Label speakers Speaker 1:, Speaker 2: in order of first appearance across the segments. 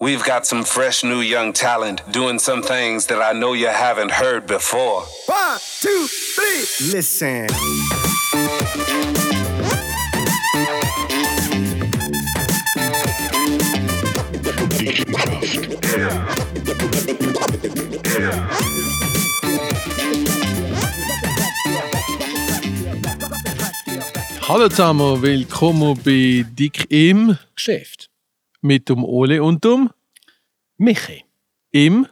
Speaker 1: We've got some fresh new young talent doing some things that I know you haven't heard before.
Speaker 2: One, two, three. Listen.
Speaker 3: Hallo zusammen, willkommen bei Dick im
Speaker 4: Geschäft.
Speaker 3: mit dem Ole und dem
Speaker 4: Michi.
Speaker 3: im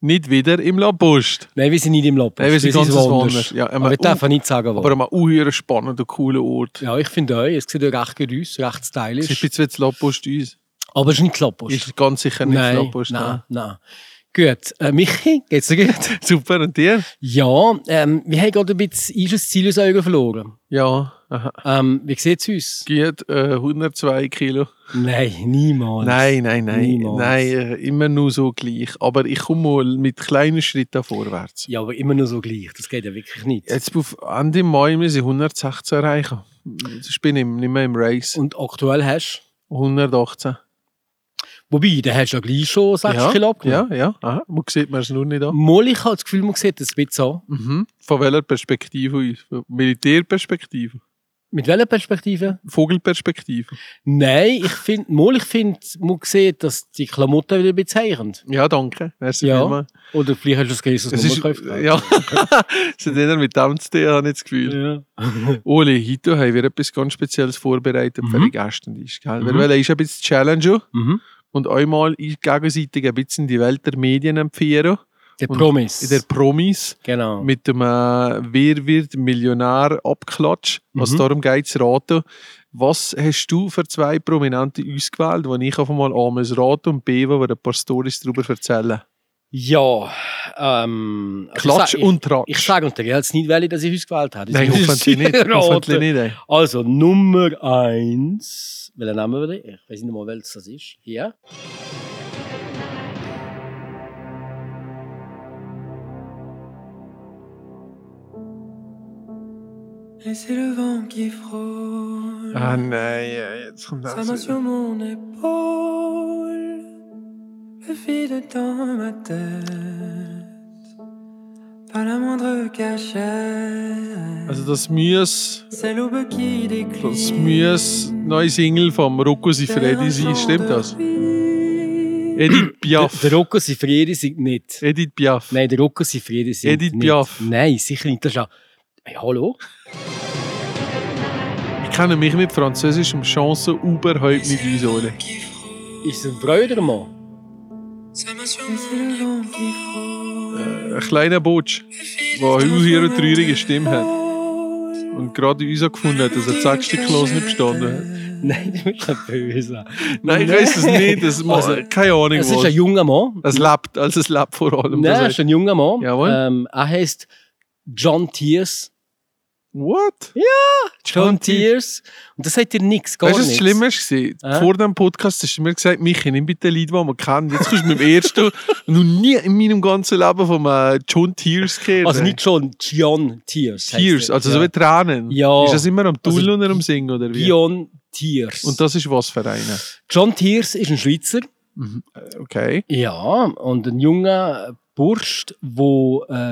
Speaker 3: nicht wieder im Labost.
Speaker 4: Nein, wir sind nicht im Lab.
Speaker 3: Nein, wir sind ganz woanders. Ja,
Speaker 4: Ja,
Speaker 3: aber-
Speaker 4: aber wir dürfen nicht sagen, wo.
Speaker 3: Aber ein unheuer spannender, cooler Ort.
Speaker 4: ja, ich finde euch, es sieht euch recht gut aus,
Speaker 3: Es
Speaker 4: recht
Speaker 3: ist
Speaker 4: stylisch.
Speaker 3: ein bisschen wie Labost uns.
Speaker 4: Aber es ist nicht Klappost.
Speaker 3: Ist ganz sicher nicht
Speaker 4: nein,
Speaker 3: Labost.
Speaker 4: nein, nein. Gut, äh, Michi, geht's dir gut?
Speaker 3: Super, und dir?
Speaker 4: Ja, ähm, wir haben gerade ein bisschen Isches Ziel aus den Augen verloren.
Speaker 3: Ja, aha.
Speaker 4: Ähm, wie sieht's aus?
Speaker 3: Gut, äh, 102 Kilo.
Speaker 4: Nein, niemals.
Speaker 3: Nein, nein, nein.
Speaker 4: Niemals.
Speaker 3: Nein, äh, immer nur so gleich. Aber ich komme mal mit kleinen Schritten vorwärts.
Speaker 4: Ja, aber immer nur so gleich. Das geht ja wirklich nicht.
Speaker 3: Jetzt auf Ende Mai müssen ich 116 erreichen. Sonst bin ich nicht mehr im Race.
Speaker 4: Und aktuell hast
Speaker 3: 118.
Speaker 4: Wobei, dann hast du ja gleich schon 6
Speaker 3: ja,
Speaker 4: Kilo abgenommen.
Speaker 3: Ja, ja. Aha. Man sieht man es nur nicht an.
Speaker 4: Mal, ich habe das Gefühl, man sieht das ein bisschen an.
Speaker 3: Mhm. Von welcher Perspektive aus? Von Militärperspektive?
Speaker 4: Mit welcher Perspektive?
Speaker 3: Vogelperspektive?
Speaker 4: Nein, ich finde, mal, ich finde, man sieht, dass die Klamotten wieder bezeichnend.
Speaker 3: Ja, danke. Merci
Speaker 4: Ja.
Speaker 3: vielmals.
Speaker 4: Oder vielleicht hast du das Geiss,
Speaker 3: Es
Speaker 4: das
Speaker 3: ist, ja, es hat eher mit dem zu tun, habe ich das Gefühl.
Speaker 4: ja.
Speaker 3: Oli, heute haben wir etwas ganz Spezielles vorbereitet für
Speaker 4: Mhm.
Speaker 3: die Gäste. Ist, gell? Wir
Speaker 4: Mhm.
Speaker 3: wollen uns ein bisschen challengen
Speaker 4: Mhm.
Speaker 3: und einmal gegenseitig ein bisschen die Welt der Medien empfehlen.
Speaker 4: Der
Speaker 3: Und
Speaker 4: Promis.
Speaker 3: In der Promis.
Speaker 4: genau.
Speaker 3: mit dem äh, Wer wird Millionär abklatsch. Also
Speaker 4: Mhm.
Speaker 3: darum geht es raten. Was hast du für zwei Prominente ausgewählt, die ich auf einmal A muss raten und B, wo wir ein paar Storys darüber erzählen?
Speaker 4: ja, ähm, also
Speaker 3: Klatsch
Speaker 4: ich, sag-
Speaker 3: und Tratsch.
Speaker 4: Ich, ich sage unter jetzt nicht, welche, dass ich ausgewählt habe. Das
Speaker 3: Nein,
Speaker 4: ist
Speaker 3: hoffentlich nicht.
Speaker 4: raten.
Speaker 3: Hoffentlich nicht ey.
Speaker 4: Also, Nummer eins. Welchen Namen würde ich? Ich weiß nicht mal, welches das ist. Hier.
Speaker 5: Et c'est le vent qui frôle
Speaker 3: Ah nein, ey, jetzt kommt
Speaker 5: sa
Speaker 3: das.
Speaker 5: main sur
Speaker 3: wieder.
Speaker 5: mon épaule, le vide dans ma tête, pas la moindre cachette.
Speaker 3: Also das Müs,
Speaker 5: c'est l'aube qui décline.
Speaker 3: das Müs, neue Single vom Rocco Sifredi sein, stimmt das? Edith Piaf.
Speaker 4: Der Rocco Sifredi sind nicht.
Speaker 3: Edith Piaf.
Speaker 4: Nein, der Rocco Sifredi sind
Speaker 3: Edith
Speaker 4: nicht.
Speaker 3: Piaf.
Speaker 4: Nein, sicher nicht. Das ist ja... Hey, hallo?
Speaker 3: Ich kenne mich mit französischem Chancen überhaupt nicht aus, Ole.
Speaker 4: Ist es ein Brüdermann?
Speaker 5: Et c'est le vent qui frôle
Speaker 3: Ein kleiner Butsch, der eine unheuer traurige Stimme hat. Und gerade uns auch gefunden hat, dass er sechs Stück Klos nicht bestanden hat.
Speaker 4: Nein, du bist ein Böser.
Speaker 3: Nein, ich weiß es nicht. Das macht
Speaker 4: Also,
Speaker 3: keine Ahnung
Speaker 4: Es ist ein
Speaker 3: was.
Speaker 4: junger Mann.
Speaker 3: Es lebt, also es lebt vor allem. Also,
Speaker 4: Nein,
Speaker 3: das
Speaker 4: es ist ein junger Mann.
Speaker 3: Jawohl.
Speaker 4: Ähm, er heißt John Tears.
Speaker 3: What? Ja,
Speaker 4: John Tears. Und das sagt dir nichts, gar
Speaker 3: Weißt du, was
Speaker 4: nichts.
Speaker 3: das Schlimme war?
Speaker 4: Hä?
Speaker 3: Vor dem Podcast hast du mir gesagt, Michi, nimm bitte ein Lied, das man kennt. Jetzt kommst du mit dem ersten, noch nie in meinem ganzen Leben vom äh, John Tears gehört.
Speaker 4: Also nicht John, John Tears. heisst
Speaker 3: Tears,
Speaker 4: er.
Speaker 3: also
Speaker 4: ja.
Speaker 3: so wie Tränen.
Speaker 4: Ja.
Speaker 3: Ist das immer am Tunnel
Speaker 4: Also
Speaker 3: und am Singen, oder wie?
Speaker 4: John Tears.
Speaker 3: Und das ist was für einen?
Speaker 4: John Tears ist ein Schweizer.
Speaker 3: Okay.
Speaker 4: Ja, und ein junger Bursch, der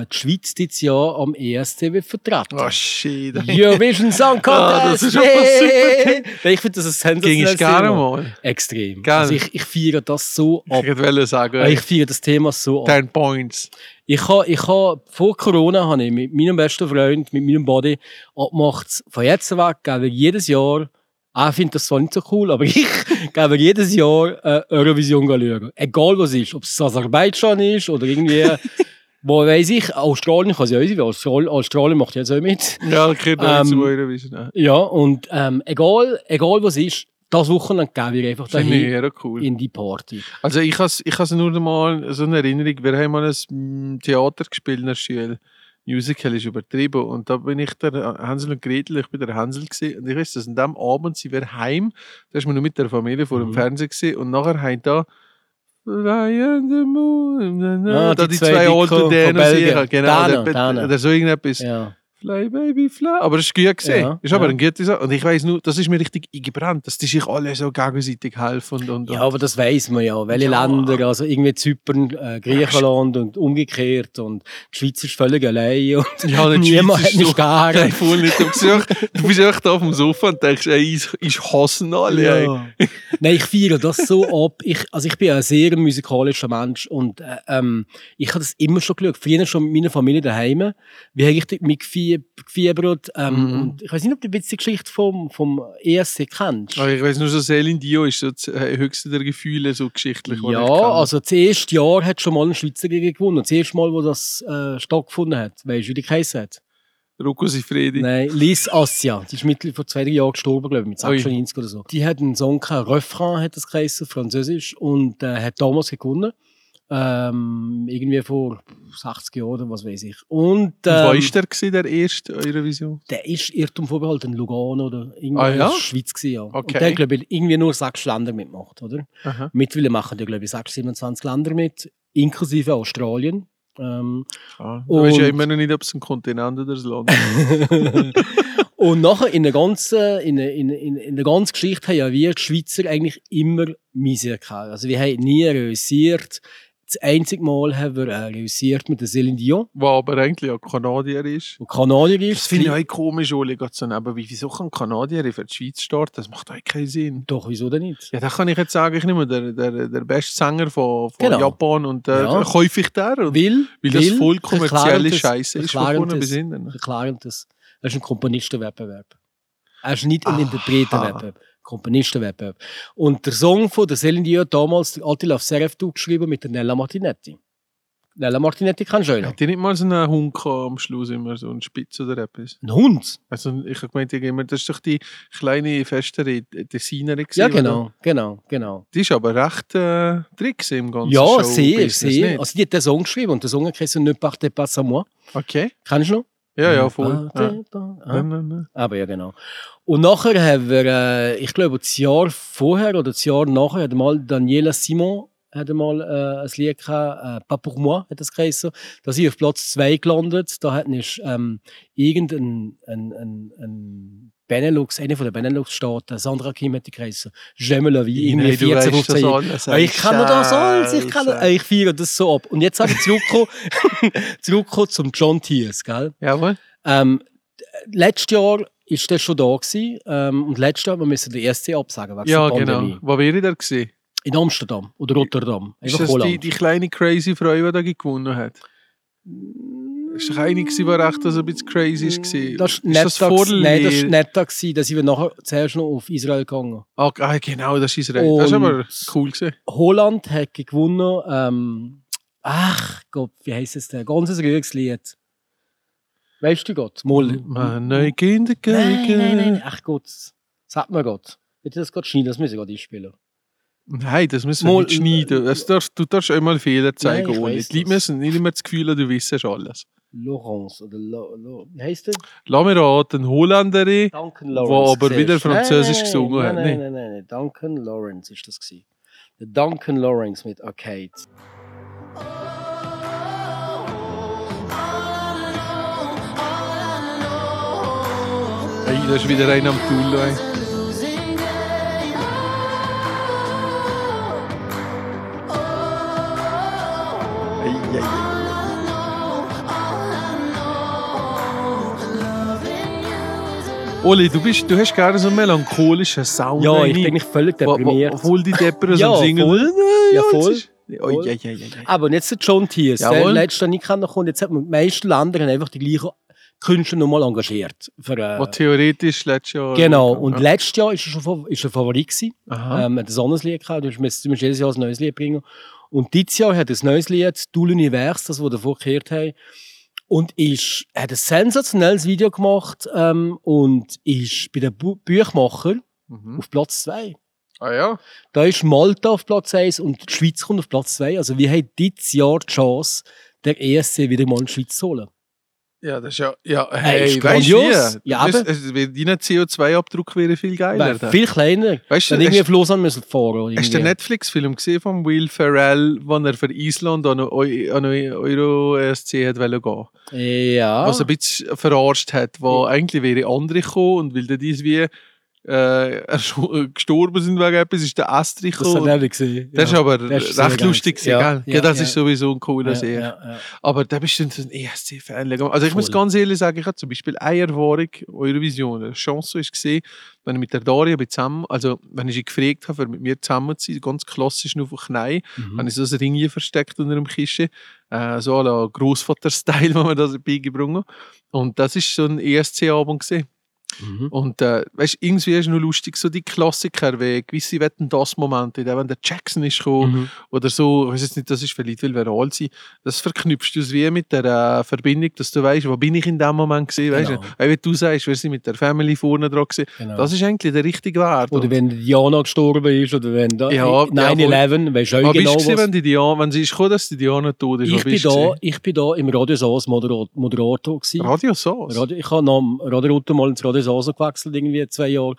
Speaker 4: äh, die Schweiz dieses Jahr am E ESC wird vertreten
Speaker 3: Oh, shit. ey.
Speaker 4: Eurovision Song Contest!
Speaker 3: Ah, das ist aber
Speaker 4: yeah. Ich finde, das ist
Speaker 3: Ging
Speaker 4: sensationell.
Speaker 3: ich gerne mal.
Speaker 4: Extrem.
Speaker 3: Gell?
Speaker 4: Also ich, ich feiere das so ab. Also
Speaker 3: Ich wollte sagen,
Speaker 4: Ich feiere das Thema so ab.
Speaker 3: 10 Points.
Speaker 4: Ich habe, ich ha, vor Corona habe ich mit meinem besten Freund, mit meinem Buddy abgemacht, von jetzt weg geben wir jedes Jahr, er findet das zwar nicht so cool, aber ich gebe jedes Jahr äh, Eurovision schauen. Egal was es ist, ob es Aserbaidschan ist oder irgendwie, wo weiß ich, Australien kann es ja auch sein, weil Austral Australien macht jetzt auch mit.
Speaker 3: Ja, gehört
Speaker 4: Ähm,
Speaker 3: ähm, zu Eurovision.
Speaker 4: Ja, und ähm, egal, egal was es ist, das Wochenende geben wir einfach
Speaker 3: Finde ich
Speaker 4: dahin
Speaker 3: eher cool.
Speaker 4: in die Party.
Speaker 3: Also ich has ich has nur mal so eine Erinnerung, wir haben mal ein mm, Theater gespielt in der Schule. Musical ist übertrieben und da bin ich der äh, Hansel und Gretel, ich bin der Hansel gesehen und ich weiß, dass an dem Abend sind wir heim, da ist man nur mit der Familie vor dem
Speaker 4: Mhm.
Speaker 3: Fernseher gesehen und nachher haben da Fly on the moon, na, na,
Speaker 4: Ah,
Speaker 3: da
Speaker 4: die
Speaker 3: die
Speaker 4: zwei
Speaker 3: zwei
Speaker 4: Dicken
Speaker 3: alten
Speaker 4: von
Speaker 3: Dänen
Speaker 4: Belgien.
Speaker 3: sehen, genau,
Speaker 4: Dänen,
Speaker 3: oder,
Speaker 4: Dänen.
Speaker 3: oder so irgendetwas.
Speaker 4: Ja.
Speaker 3: Fly, Baby, Fly. Aber es ist gut gesehen.
Speaker 4: Ja,
Speaker 3: ist aber
Speaker 4: ja.
Speaker 3: ein gute Sache. Und ich weiß nur, das ist mir richtig eingebrannt, dass die sich alle so gegenseitig helfen und, und, und.
Speaker 4: Ja, aber das weiß man ja. Welche
Speaker 3: Ja.
Speaker 4: Länder, also irgendwie Zypern, äh, Griechenland und umgekehrt und die Schweiz ist völlig allein und
Speaker 3: Ja, und Also die Schweiz
Speaker 4: niemand hat
Speaker 3: ist so-
Speaker 4: mich gern.
Speaker 3: Nein, voll nicht. Du bist, echt, du bist echt auf dem Sofa und denkst, ey, ich, ich hasse ihn alle. Ey.
Speaker 4: Ja. Nein, ich feiere das so ab. Ich, also ich bin ja ein sehr musikalischer Mensch und äh, ähm, ich habe das immer schon geschaut. Früher schon mit meiner Familie daheim. Wie habe ich dort mitgefiebert? Ähm,
Speaker 3: Mhm.
Speaker 4: Und ich weiß nicht, ob du die witzige Geschichte vom, vom ESC kennst.
Speaker 3: Aber ich weiß nur, so Celine Dio ist so das äh, höchste der Gefühle, so geschichtlich. was
Speaker 4: Ja,
Speaker 3: ich kenne.
Speaker 4: also das erste Jahr hat schon mal ein Schweizer gegen gewonnen. Das erste Mal, wo das äh, stattgefunden hat. Weißt du, wie die geheißen hat?
Speaker 3: Rocco Sifredi.
Speaker 4: Nein, Liz Assia. Die ist mittlerweile vor zwei, drei Jahren gestorben, glaube ich, mit
Speaker 3: Ui.
Speaker 4: 96 oder so. Die hat einen Song gehabt, Refrain hat das geheißen, französisch, und äh, hat damals gewonnen. Ähm, irgendwie vor 60 Jahren oder was weiß ich. Und,
Speaker 3: Und
Speaker 4: ähm,
Speaker 3: Wo ist der, gewesen, der erste Eurovision?
Speaker 4: der ist Irrtum vorbehalten, Lugano oder
Speaker 3: Ah,
Speaker 4: irgendwas
Speaker 3: ja?
Speaker 4: in der Schweiz gewesen, ja.
Speaker 3: Okay.
Speaker 4: Und der, glaube ich, irgendwie nur sechs Länder mitmacht, oder?
Speaker 3: Aha.
Speaker 4: Mittlerweile machen die, glaube ich, 6, 27 Länder mit, inklusive Australien. Ähm,
Speaker 3: Ah, du weißt ja
Speaker 4: Und-
Speaker 3: immer noch nicht, ob es ein Kontinent oder ein Land ist.
Speaker 4: und nachher in der ganzen, in, der- in, in, in der ganzen Geschichte haben ja wir die Schweizer eigentlich immer Misere gehabt. Also wir haben nie realisiert. Das einzige Mal haben wir äh, realisiert mit der Céline Dion,
Speaker 3: Was aber eigentlich auch Kanadier ist.
Speaker 4: die Kanadier ist.
Speaker 3: Das finde ich auch komisch, Oli, gerade so neben. Wie, wieso kann Kanadier für die Schweiz starten? Das macht eigentlich keinen Sinn.
Speaker 4: Doch, wieso denn nicht?
Speaker 3: Ja, da kann ich jetzt sagen, ich nehme der, der, der beste Sänger von, von
Speaker 4: Genau.
Speaker 3: Japan und äh,
Speaker 4: Ja.
Speaker 3: kaufe ich der. Und
Speaker 4: Weil,
Speaker 3: Weil das voll kommerzielle
Speaker 4: erklärend es-
Speaker 3: Scheiße ist, von
Speaker 4: erklärend
Speaker 3: vorne
Speaker 4: es-
Speaker 3: bis hinten.
Speaker 4: Erklärend das. Das ist ein Komponistenwettbewerb. Er ist nicht ein
Speaker 3: Aha.
Speaker 4: Interpretenwettbewerb. Komponistenwettbewerb. Und der Song von der Céline Dion hat damals der Attila Sereftu geschrieben mit der Nella Martinetti. Nella Martinetti kannst du ja noch.
Speaker 3: Hat ihr nicht mal so einen Hund gehabt am Schluss immer, so einen Spitz oder etwas?
Speaker 4: Ein Hund?
Speaker 3: Also ich habe gemeint, ich immer, das ist doch die kleine festere äh, Designerin.
Speaker 4: Ja, genau, genau, genau.
Speaker 3: Die ist aber recht äh, drin gewesen im ganzen
Speaker 4: Ja,
Speaker 3: Show
Speaker 4: sehr, sehr.
Speaker 3: Nicht?
Speaker 4: Also, die hat den Song geschrieben und der Song heisst «Ne partez pas à moi».
Speaker 3: Okay.
Speaker 4: Kennst du noch?
Speaker 3: Ja, ja,
Speaker 4: Ne
Speaker 3: voll. Ja.
Speaker 4: partez pas à-
Speaker 3: Nein, nein, nein.
Speaker 4: Aber ja, genau. Und nachher haben wir, äh, ich glaube, das Jahr vorher oder das Jahr nachher hat mal Daniela Simon hat mal äh, ein Lied gehabt, äh, «Pas pour moi» hat das geheißen. Da ist sie auf Platz 2 gelandet. Da hat nicht ähm, irgendein ein, ein, ein Benelux, einer von den Benelux-Staaten, Sandra Kim hat die geheißen. «J'aime la vie», irgendwie
Speaker 3: Nein, du
Speaker 4: 14,
Speaker 3: weißt das
Speaker 4: 15 Jahre.
Speaker 3: alles.
Speaker 4: Ja, ich kann das alles, ich kann
Speaker 3: Scheiße.
Speaker 4: ich feiere das so ab. Und jetzt habe ich zurückgekommen, zurückgekommen zum John Tears, gell?
Speaker 3: Jawohl.
Speaker 4: Ähm, d- letztes Jahr ist der schon da gewesen, ähm, und letztes Jahr, wir müssen den ESC absagen wegen
Speaker 3: Ja,
Speaker 4: der Pandemie.
Speaker 3: genau. Was wäre der gewesen?
Speaker 4: In Amsterdam oder Rotterdam.
Speaker 3: Ist
Speaker 4: Einfach
Speaker 3: das die,
Speaker 4: Holland.
Speaker 3: die kleine crazy Frau, die da gewonnen hat? Ist doch eine, gewesen, die recht also ein bisschen crazy war?
Speaker 4: Das ist
Speaker 3: ist das Vorlehr?
Speaker 4: Nein, das war nicht da. gewesen. Da sind wir nachher zuerst noch auf Israel gegangen.
Speaker 3: Ah, g- ah, genau, das ist Israel. Das ist
Speaker 4: Und-
Speaker 3: aber cool gewesen.
Speaker 4: Holland hat gewonnen. Ähm, ach Gott, wie heisst es denn? Ganzes ruhiges Lied. Weißt du Gott? Moll.
Speaker 3: Man, Ah, neue Kinder
Speaker 4: Nein,
Speaker 3: gehen.
Speaker 4: nein, nein. Ach Gott. Sagt mir Gott. Bitte das gerade schneiden, das müssen wir gerade einspielen.
Speaker 3: Nein, das müssen wir
Speaker 4: Mal-
Speaker 3: nicht schneiden. Das darf, du darfst einmal Fehler zeigen,
Speaker 4: Nein, ich
Speaker 3: Oli.
Speaker 4: weiss
Speaker 3: Die Leute
Speaker 4: das.
Speaker 3: müssen nicht immer das Gefühl haben, du wissest alles.
Speaker 4: Laurence oder Lo, Lo, wie heißt der?
Speaker 3: Lass mir raten, Holländerin.
Speaker 4: Duncan
Speaker 3: Wo aber
Speaker 4: siehst
Speaker 3: wieder
Speaker 4: du.
Speaker 3: Französisch gesungen
Speaker 4: nein,
Speaker 3: hat,
Speaker 4: Nein, nein, nein, nein, Duncan Lawrence ist das gewesen. Der Duncan Lawrence mit Arcade.
Speaker 3: Hey, da ist wieder einer am Tool. Ey. Ei, ei, ei. Oli, du, bist, du hast gerne so einen melancholischen Sound.
Speaker 4: Ja, ich
Speaker 3: Reini.
Speaker 4: bin eigentlich völlig
Speaker 3: Wo- wo-
Speaker 4: deprimiert.
Speaker 3: Obwohl die Depper so
Speaker 4: Ja,
Speaker 3: am Singen
Speaker 4: voll.
Speaker 3: sind.
Speaker 4: Ja, voll.
Speaker 3: Oh, ja, ja, ja, ja.
Speaker 4: Ah, Aber und jetzt der John Tears, der
Speaker 3: Jawohl.
Speaker 4: letzte nicht kann kommen. Jetzt hat man die meisten Länder haben einfach die gleichen Künstler nochmal engagiert. Für,
Speaker 3: Was
Speaker 4: äh,
Speaker 3: theoretisch letztes Jahr.
Speaker 4: genau. Und
Speaker 3: ja. Ah.
Speaker 4: letztes Jahr ist er schon Fa- ist er Favorit gewesen.
Speaker 3: Aha.
Speaker 4: Ähm, hat ein anderes Lied gehabt. Du musst du musst jedes Jahr ein neues Lied bringen. Und dieses Jahr hat er ein neues Lied, «Du L'Univers», das, was wir davor gehört haben. Und ist, hat ein sensationelles Video gemacht, ähm, und ist bei den Bu Büchmacher
Speaker 3: Mhm.
Speaker 4: auf Platz 2.
Speaker 3: Ah ja.
Speaker 4: Da ist Malta auf Platz 1 und die Schweiz kommt auf E Platz 2. Also wir haben dieses Jahr die Chance, der ESC wieder mal in die Schweiz zu holen.
Speaker 3: Ja, das ist ja. ja
Speaker 4: Ey,
Speaker 3: hey,
Speaker 4: ist
Speaker 3: weißt du
Speaker 4: grandios.
Speaker 3: wie?
Speaker 4: Ja,
Speaker 3: Das-
Speaker 4: eben.
Speaker 3: es- wenn Dein CO2-Abdruck wäre viel geiler.
Speaker 4: Wär
Speaker 3: dann.
Speaker 4: viel kleiner.
Speaker 3: Weißt du,
Speaker 4: Dann irgendwie
Speaker 3: hast-
Speaker 4: auf Lausanne müssen fahren. oder
Speaker 3: Hast du den
Speaker 4: irgendwie.
Speaker 3: Netflix-Film gesehen von Will Ferrell, wo er für Island an Eu- an Eu- Euro-SC hat wollen gehen
Speaker 4: Ja.
Speaker 3: Was ein bisschen verarscht hat, wo eigentlich wäre andere gekommen und weil dann dies wie äh, ersch- gestorben sind wegen etwas, ist der Astrid
Speaker 4: das hat
Speaker 3: gekommen.
Speaker 4: er nicht gesehen.
Speaker 3: Der ist
Speaker 4: ja.
Speaker 3: aber
Speaker 4: Der ist sehr
Speaker 3: recht
Speaker 4: geil.
Speaker 3: lustig gewesen,
Speaker 4: Ja,
Speaker 3: gell?
Speaker 4: ja,
Speaker 3: das
Speaker 4: ja.
Speaker 3: ist sowieso ein cooler
Speaker 4: ja,
Speaker 3: Serie.
Speaker 4: ja, ja.
Speaker 3: Aber da bist du so ein ESC-Fan. Also ich muss
Speaker 4: Voll.
Speaker 3: ganz ehrlich sagen, ich habe zum Beispiel eine Erfahrung Eurovision. Eine Chance ist gesehen, wenn ich mit der Daria bin zusammen, also wenn ich sie gefragt habe, für mit mir zusammen zu sein, ganz klassisch nur auf Knei,
Speaker 4: Mhm.
Speaker 3: habe ich so ein Ring hier versteckt unter dem Kissen. Äh, so à la Großvater-Style, wenn man das beigebracht hat. Und das ist so ein ESC-Abend gesehen.
Speaker 4: Mhm.
Speaker 3: Und äh, weißt, irgendwie ist es noch lustig, so die Klassiker wie gewisse Wetten das Momente, wenn der Jackson ist gekommen,
Speaker 4: Mhm.
Speaker 3: oder so, Oh, ich weiß jetzt nicht, das ist vielleicht will viral sein, das verknüpfst du es wie mit der äh, Verbindung, dass du weißt, wo bin ich in dem Moment gewesen, weißt
Speaker 4: Genau.
Speaker 3: du, Auch wenn du sagst, wir sind mit der Family vorne dran gewesen,
Speaker 4: Genau.
Speaker 3: das ist eigentlich der richtige Wert.
Speaker 4: oder
Speaker 3: Und-
Speaker 4: wenn Diana gestorben ist, oder wenn da,
Speaker 3: Ja, ja,
Speaker 4: 9-11, weißt du
Speaker 3: wo
Speaker 4: auch
Speaker 3: bist
Speaker 4: genau
Speaker 3: du gewesen,
Speaker 4: was.
Speaker 3: wenn, die Diana, wenn sie ist gekommen, dass die Diana tot ist? Wo
Speaker 4: Ich bin,
Speaker 3: bist du
Speaker 4: da,
Speaker 3: gewesen?
Speaker 4: ich bin da im Radio Saas Moderator, Moderator gewesen.
Speaker 3: Radio Sauce.
Speaker 4: Radio, ich habe nach dem Radio mal ins Radio Saas gewechselt, irgendwie zwei Jahre.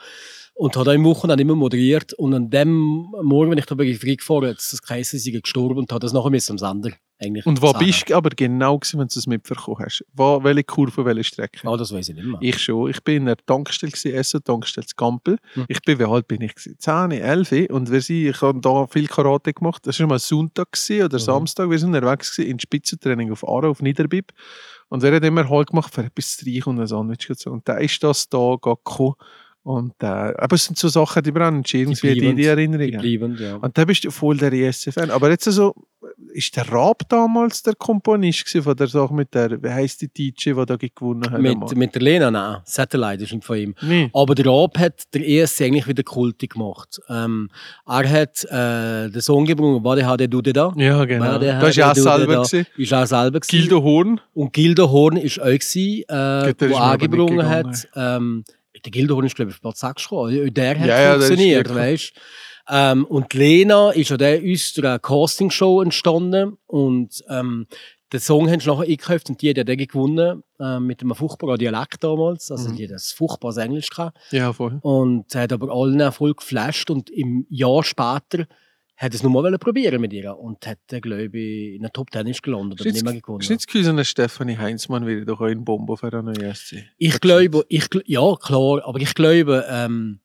Speaker 4: Und habe da im Wochenende immer moderiert. Und an dem Morgen, wenn ich da bin, gefahren, hat es geheißen, sie sei gestorben und habe das nachher müssen am Sender eigentlich
Speaker 3: Und wo
Speaker 4: sagen.
Speaker 3: bist du aber genau gewesen, wenn du es mitbekommen hast? Wo, welche Kurve, welche Strecke?
Speaker 4: Ah, das weiß ich nicht mehr.
Speaker 3: Ich schon. Ich bin in einer Tankstelle, gewesen, Essen, Tankstelle zu Kampel.
Speaker 4: Hm.
Speaker 3: Ich bin, wie alt bin ich? gewesen? 10, 11. Und wir sind, ich habe da viel Karate gemacht. Das war mal Sonntag gewesen oder
Speaker 4: Mhm.
Speaker 3: Samstag. Wir sind unterwegs gewesen, in Spitzentraining auf Aarau, auf Niederbib. Und wir haben immer halt gemacht, für etwas zu reichen und ein Sandwich zu Und da ist das da gekommen. Und äh, aber es sind so Sachen, die brennen die irgendwie die, die,
Speaker 4: bleiben.
Speaker 3: die
Speaker 4: Die
Speaker 3: Erinnerungen.
Speaker 4: bleiben, ja.
Speaker 3: und da bist du voll der IS-Fan. Aber jetzt so, ist der Raab damals der Komponist gewesen von der Sache mit der, wie heisst die DJ, die da gewonnen hat? einmal?
Speaker 4: Mit, mit der Lena, nein. Satellite ist nicht von ihm.
Speaker 3: Nee.
Speaker 4: Aber der Rob hat der ESC eigentlich wieder kultig gemacht. Ähm, er hat äh, den Song gebrungen, «Wade hade du de da?»
Speaker 3: Ja, genau.
Speaker 4: Wade
Speaker 3: Das
Speaker 4: hade
Speaker 3: war auch
Speaker 4: du de da.
Speaker 3: selber. gewesen.
Speaker 4: Ist er selber gewesen.
Speaker 3: Gildo Horn.
Speaker 4: Und Gilderhorn ist auch gewesen, äh,
Speaker 3: Gut, der
Speaker 4: wo
Speaker 3: ist mir aber
Speaker 4: angebrungen
Speaker 3: nicht
Speaker 4: hat. Ähm, der Gilderhorn ist, glaube ich, auf Platz 6 gekommen. Auch Der hat
Speaker 3: Ja, ja, der ist
Speaker 4: funktioniert,
Speaker 3: wirklich-
Speaker 4: weißt ähm, Und die Lena ist an der aus der Castingshow entstanden und, ähm, den Song haben sie nachher eingekauft und die hat ja den gewonnen, ähm, mit einem furchtbaren Dialekt damals. Also,
Speaker 3: Mhm.
Speaker 4: die hat ein furchtbares Englisch gehabt.
Speaker 3: Ja, voll.
Speaker 4: Und hat aber allen voll geflasht und im Jahr später hat es nochmal probieren mit ihr und hat, dann, glaube ich, in der Top Ten ist gelandet oder nicht mehr gewonnen.
Speaker 3: Schnitzgehäuse Stefanie Heinzmann wäre doch auch ein Bombo für eine erste.
Speaker 4: Ich glaube, ich, gl- ja klar, aber ich glaube, ähm,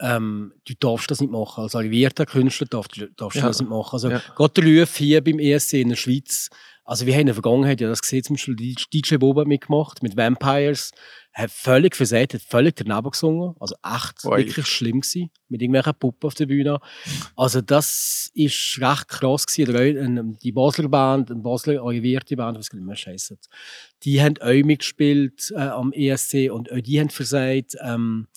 Speaker 4: ähm, du darfst das nicht machen. Als arrivierter Künstler darfst, du- darfst du
Speaker 3: Ja.
Speaker 4: das nicht machen. Also,
Speaker 3: Ja.
Speaker 4: Gerade der Ruf hier beim ESC in der Schweiz, also wir haben in der Vergangenheit ja das gesehen, zum Beispiel die- DJ Boba hat mitgemacht mit Vampires, hat völlig versagt, hat völlig daneben gesungen, also echt
Speaker 3: Oi.
Speaker 4: wirklich schlimm gewesen, mit irgendwelchen Puppen auf der Bühne. Also das ist recht krass gewesen. Oder auch, ähm, Die Basler Band, eine Basler arrivierte Band, was nicht mehr scheiße die haben auch mitgespielt äh, am ESC und auch die haben versagt. Ähm,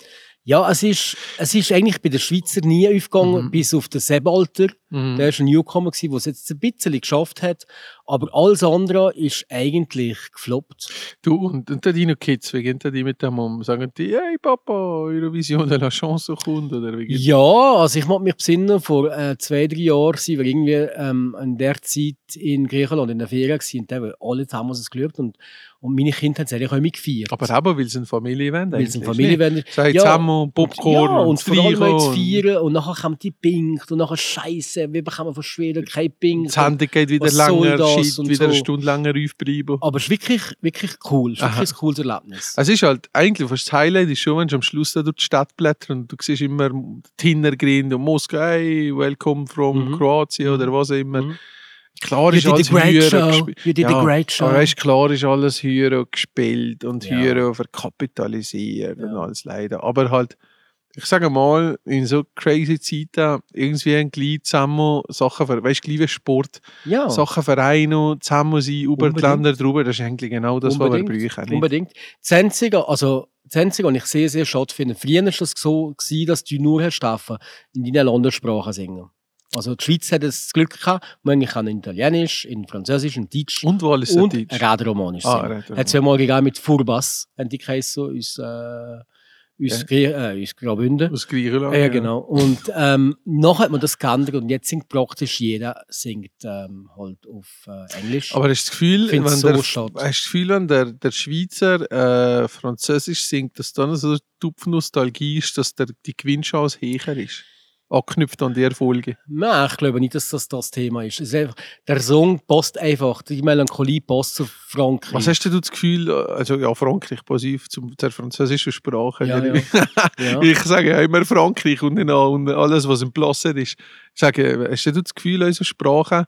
Speaker 4: ja, es ist, es ist eigentlich bei den Schweizer nie aufgegangen,
Speaker 3: Mhm.
Speaker 4: bis auf den Sebalter. Der
Speaker 3: Mhm.
Speaker 4: ist ein Newcomer, gewesen, der es jetzt ein bisschen geschafft hat. Aber alles andere ist eigentlich gefloppt.
Speaker 3: Du und, und dann deine Kids, wie gehen denn die mit dem um? Sagen die, hey Papa, Eurovision de la Chance kommt? Oder wie geht's?
Speaker 4: Ja, also ich mag mich besinnen, vor äh, zwei, drei Jahren sind wir irgendwie ähm, in der Zeit in Griechenland in der Ferien gewesen, und dann, alle zusammen haben uns geliebt und, und meine Kinder haben es eigentlich auch mitgefeiert.
Speaker 3: Aber eben, weil es ein Familie-Event
Speaker 4: weil es eine Familie
Speaker 3: ist.
Speaker 4: werden
Speaker 3: Sei
Speaker 4: Ja,
Speaker 3: zusammen und Popcorn
Speaker 4: ja, und vor allem
Speaker 3: Freichen
Speaker 4: noch zu
Speaker 3: und-
Speaker 4: feiern und nachher kommt die Pinkt und nachher Scheiße, wir bekommen von Schweden kein Pinkt.
Speaker 3: Das Handy geht wieder
Speaker 4: Was soll
Speaker 3: länger,
Speaker 4: das
Speaker 3: Shit
Speaker 4: und
Speaker 3: wieder eine
Speaker 4: so.
Speaker 3: Stunde länger aufbleiben.
Speaker 4: Aber es ist wirklich, wirklich cool, es ist
Speaker 3: Aha.
Speaker 4: wirklich ein cooles Erlebnis.
Speaker 3: Es ist halt, eigentlich fast das Highlight ist schon, wenn du am Schluss da durch die Stadt blätterst und du siehst immer Tinnergrind und Moskau, hey, welcome from
Speaker 4: Mhm.
Speaker 3: Kroatien oder was auch immer.
Speaker 4: Mhm.
Speaker 3: Klar
Speaker 4: You
Speaker 3: ist
Speaker 4: did
Speaker 3: alles
Speaker 4: a great
Speaker 3: Hüre
Speaker 4: show.
Speaker 3: gespielt.
Speaker 4: You did
Speaker 3: Ja,
Speaker 4: a great show.
Speaker 3: Aber weißt, klar ist alles Hüre gespielt und
Speaker 4: Ja.
Speaker 3: Hüre verkapitalisiert und
Speaker 4: Ja.
Speaker 3: alles leider. Aber halt, ich sage mal, in so crazy Zeiten irgendwie ein Glied zusammen, Sachen, für, weißt du, gleich wie Sport,
Speaker 4: ja,
Speaker 3: Sachen vereinen, zusammen sein, über die
Speaker 4: Unbedingt.
Speaker 3: Länder drüber, das ist eigentlich genau das, was wir
Speaker 4: unbedingt.
Speaker 3: brauchen. nicht?
Speaker 4: unbedingt. Das Einzige, also, das Einzige, was ich sehr, sehr schade finde, früher war das so, gewesen, dass du nur hast dürfen, in deiner Landessprache singen. Also die Schweiz hat das Glück gehabt, man kann in Italienisch, in Französisch, in Deutsch
Speaker 3: Und wo alles
Speaker 4: und
Speaker 3: Deutsch.
Speaker 4: Rätoromanisch
Speaker 3: Ah,
Speaker 4: singen.
Speaker 3: Rätoromanisch.
Speaker 4: Hat es ja mal gegeben mit Furbas, haben die geheißen, aus, äh, aus, ja. äh, aus Graubünden.
Speaker 3: Aus Griechenland.
Speaker 4: Ja, genau. Und ähm, noch hat man das geändert und jetzt singt praktisch jeder singt ähm, halt auf äh, Englisch.
Speaker 3: Aber hast du das Gefühl, wenn
Speaker 4: Find's so
Speaker 3: der, hast du
Speaker 4: schade.
Speaker 3: das Gefühl, wenn der, der Schweizer äh, Französisch singt, dass dann so eine tupfe Nostalgie ist, dass der, die Gewinnchance höher ist? Angeknüpft an die Erfolge.
Speaker 4: Nein, ich glaube nicht, dass das das Thema ist. Es ist einfach, der Song passt einfach, die Melancholie passt zu Frankreich.
Speaker 3: Was hast denn du das Gefühl, also ja, Frankreich, positiv zum, zur französischen Sprache.
Speaker 4: Ja, ja. ja.
Speaker 3: Ich sage ja immer Frankreich und, dann auch- und alles, was im Plasser ist. Ich sage, hast du das Gefühl, unsere Sprache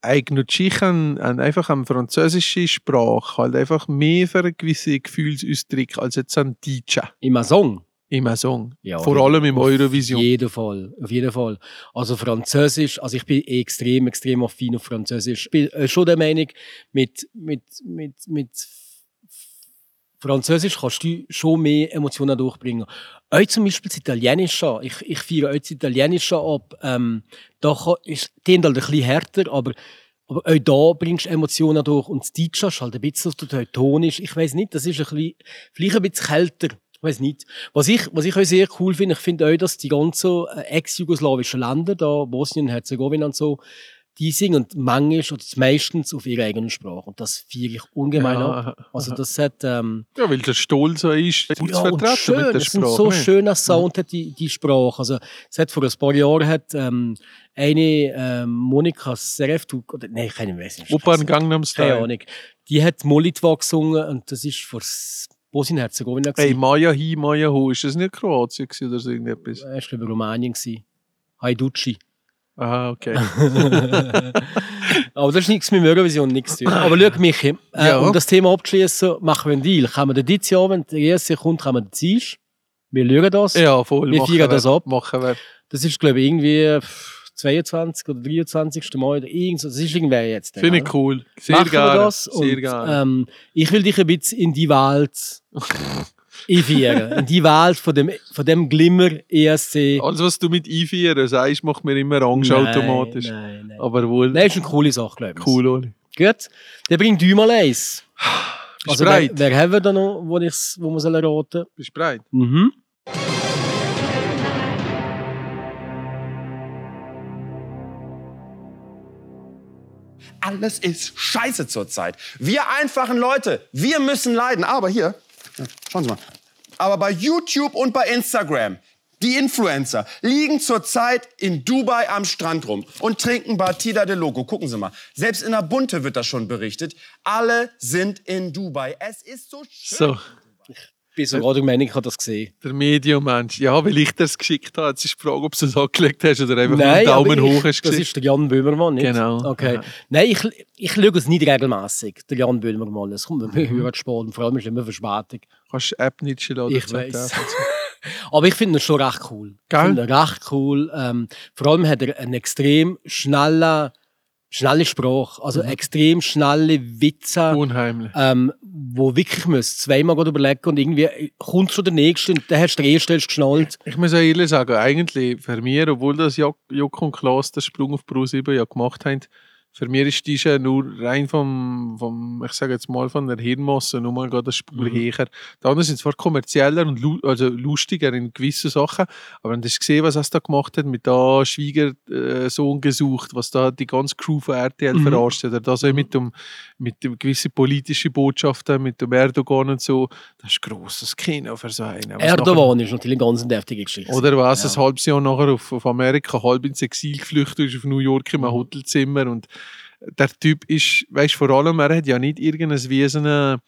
Speaker 3: eignet sich an, an einfach an französische Sprache halt einfach mehr für gewisse Gefühlsausdrücke als jetzt an Deutsche
Speaker 4: Im Song?
Speaker 3: im Song.
Speaker 4: Ja,
Speaker 3: Vor allem im
Speaker 4: Auf
Speaker 3: Eurovision.
Speaker 4: jeden Fall, auf jeden Fall. Also Französisch, also ich bin extrem, extrem affin auf Französisch. Ich bin äh, schon der Meinung, mit, mit, mit, mit Französisch kannst du schon mehr Emotionen durchbringen. Auch zum Beispiel das Italienische. Ich, ich feiere auch das Italienische ab. Ähm, da kann, ist die sind halt ein bisschen härter, aber, aber auch da bringst du Emotionen durch. Und das Deutsche ist halt ein bisschen so teutonisch. Ich weiß nicht, das ist ein bisschen, vielleicht ein bisschen kälter. Ich weiß nicht. Was ich, was ich auch sehr cool finde, ich finde auch, dass die ganzen äh, ex-jugoslawischen Länder, da Bosnien, Herzegowina und so, die singen manchmal oder meistens auf ihre eigene Sprache. Und das feiere ich ungemein ab.
Speaker 3: Ja,
Speaker 4: Also das hat ähm,
Speaker 3: ja, weil der Stolz so ist, gut zu
Speaker 4: ja, und
Speaker 3: vertreten mit
Speaker 4: schön,
Speaker 3: der
Speaker 4: es ist ein
Speaker 3: Sprache.
Speaker 4: so
Speaker 3: ne?
Speaker 4: schöner Sound hat die, die Sprache. Also es hat vor ein paar Jahren hat ähm, eine ähm, Monika Sereftuk oder nein, keine weiß nicht.
Speaker 3: Opern Gangnam Style.
Speaker 4: keine Ahnung. Die hat Molitva gesungen und das ist vor S- Bosnien-Herzegowina
Speaker 3: Hey,
Speaker 4: gewesen.
Speaker 3: Maya Hi, Maya Ho, ist das nicht Kroatien gewesen oder so irgendetwas?
Speaker 4: Das war glaube ich, Rumänien gewesen. Haiducci.
Speaker 3: Ah, okay.
Speaker 4: Aber das ist nichts mit Eurovision, nichts zu tun. Aber schau, Michi, äh,
Speaker 3: Ja.
Speaker 4: um das Thema abzuschließen, machen wir einen Deal. Kommen wir dieses Jahr, wenn der erste kommt, kommen wir dieses Wir schauen das.
Speaker 3: Ja, voll.
Speaker 4: Wir
Speaker 3: machen
Speaker 4: feiern das ab.
Speaker 3: Machen wir.
Speaker 4: Das ist, glaube ich, irgendwie pff, 22 oder 23. Mal oder irgend so. Das ist irgendwer jetzt.
Speaker 3: Finde
Speaker 4: gell?
Speaker 3: ich cool. Sehr
Speaker 4: Machen wir
Speaker 3: gerne.
Speaker 4: das
Speaker 3: Sehr
Speaker 4: und,
Speaker 3: gerne.
Speaker 4: Ähm, ich will dich ein bisschen in die Welt einführen. in die Welt von dem, von dem Glimmer E ESC.
Speaker 3: Alles, Also, was du mit einführen sagst, macht mir immer Angst automatisch.
Speaker 4: äh, Nein, nein. Aber
Speaker 3: Aber wohl
Speaker 4: nein, ist eine coole Sache, glaube ich.
Speaker 3: cool, Oli.
Speaker 4: Gut. Dann bring du mal eins.
Speaker 3: Bist
Speaker 4: Also,
Speaker 3: du bereit?
Speaker 4: wer, wer haben wir da noch, wo, ich's, wo wir sollen raten?
Speaker 3: Bist du bereit?
Speaker 4: Mhm.
Speaker 6: Alles ist scheiße zurzeit. Wir einfachen Leute, wir müssen leiden. Aber hier, ja, schauen Sie mal. Aber bei YouTube und bei Instagram, die Influencer liegen zurzeit in Dubai am Strand rum und trinken Batida de Loco. Gucken Sie mal. Selbst in der Bunte wird das schon berichtet. Alle sind in Dubai. Es ist so schön.
Speaker 3: So,
Speaker 4: Bis sogar der Meinung, ich habe das gesehen.
Speaker 3: der Medienmensch. Ja, weil ich dir das geschickt habe. Jetzt ist die Frage, ob du es angelegt hast oder einfach
Speaker 4: Nein,
Speaker 3: nur einen Daumen
Speaker 4: aber ich,
Speaker 3: hoch hast
Speaker 4: Das
Speaker 3: gesehen.
Speaker 4: ist der Jan Böhmermann, nicht?
Speaker 3: Genau.
Speaker 4: Okay.
Speaker 3: Ja.
Speaker 4: Nein, ich, ich schaue es nicht regelmäßig, der Jan Böhmermann. Es kommt mir
Speaker 3: Mhm.
Speaker 4: höher zu spät und vor allem ist es immer Verspätung.
Speaker 3: Kannst du die App nicht laden?
Speaker 4: Ich weiß. Aber ich finde ihn schon recht cool.
Speaker 3: Gell?
Speaker 4: Ich finde ihn recht cool. Ähm, vor allem hat er eine extrem schnelle, schnelle Sprache, also
Speaker 3: Mhm.
Speaker 4: extrem schnelle Witze.
Speaker 3: Unheimlich.
Speaker 4: ähm, wo wirklich muss zweimal gut überlegen und irgendwie kommt schon der nächste und dann hast du den ersten erst geschnallt.
Speaker 3: Ich muss auch ehrlich sagen, eigentlich für mich, obwohl das Jock, Jock und Klaas den Sprung auf Pro 7 ja gemacht haben, für mich ist diese nur rein vom, vom ich sage jetzt mal, von der Hirnmasse nur mal gerade eine Spur höher. Die anderen sind zwar kommerzieller und lu also lustiger in gewissen Sachen, aber wenn du hast gesehen was er da gemacht hat, mit da Schwiegersohn gesucht, was da die ganze Crew von RTL verarscht hat, oder das auch mit dem, mit dem gewissen politischen Botschaften, mit dem Erdogan und so, das ist grosses Kino für so einen. Was nachher-
Speaker 4: Erdogan ist natürlich eine ganz deftige Geschichte.
Speaker 3: oder was,
Speaker 4: genau.
Speaker 3: ein halbes Jahr nachher auf, auf Amerika, halb ins Exil geflüchtet ist, auf New York
Speaker 4: Mhm.
Speaker 3: in einem Hotelzimmer. Und der Typ ist, weißt vor allem, er hat ja nicht irgendein Wesen, äh,